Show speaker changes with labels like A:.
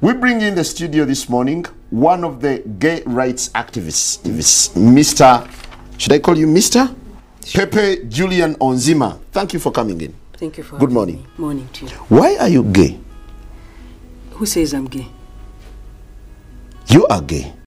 A: We bring in the studio this morning one of the gay rights activists, activists, Mr. Should I call you Mr. Pepe Julian Onzima. Thank you for coming in.
B: Thank you for
A: Good
B: having
A: morning.
B: me. Morning to you.
A: Why are you gay?
B: Who says I'm gay?
A: You are gay.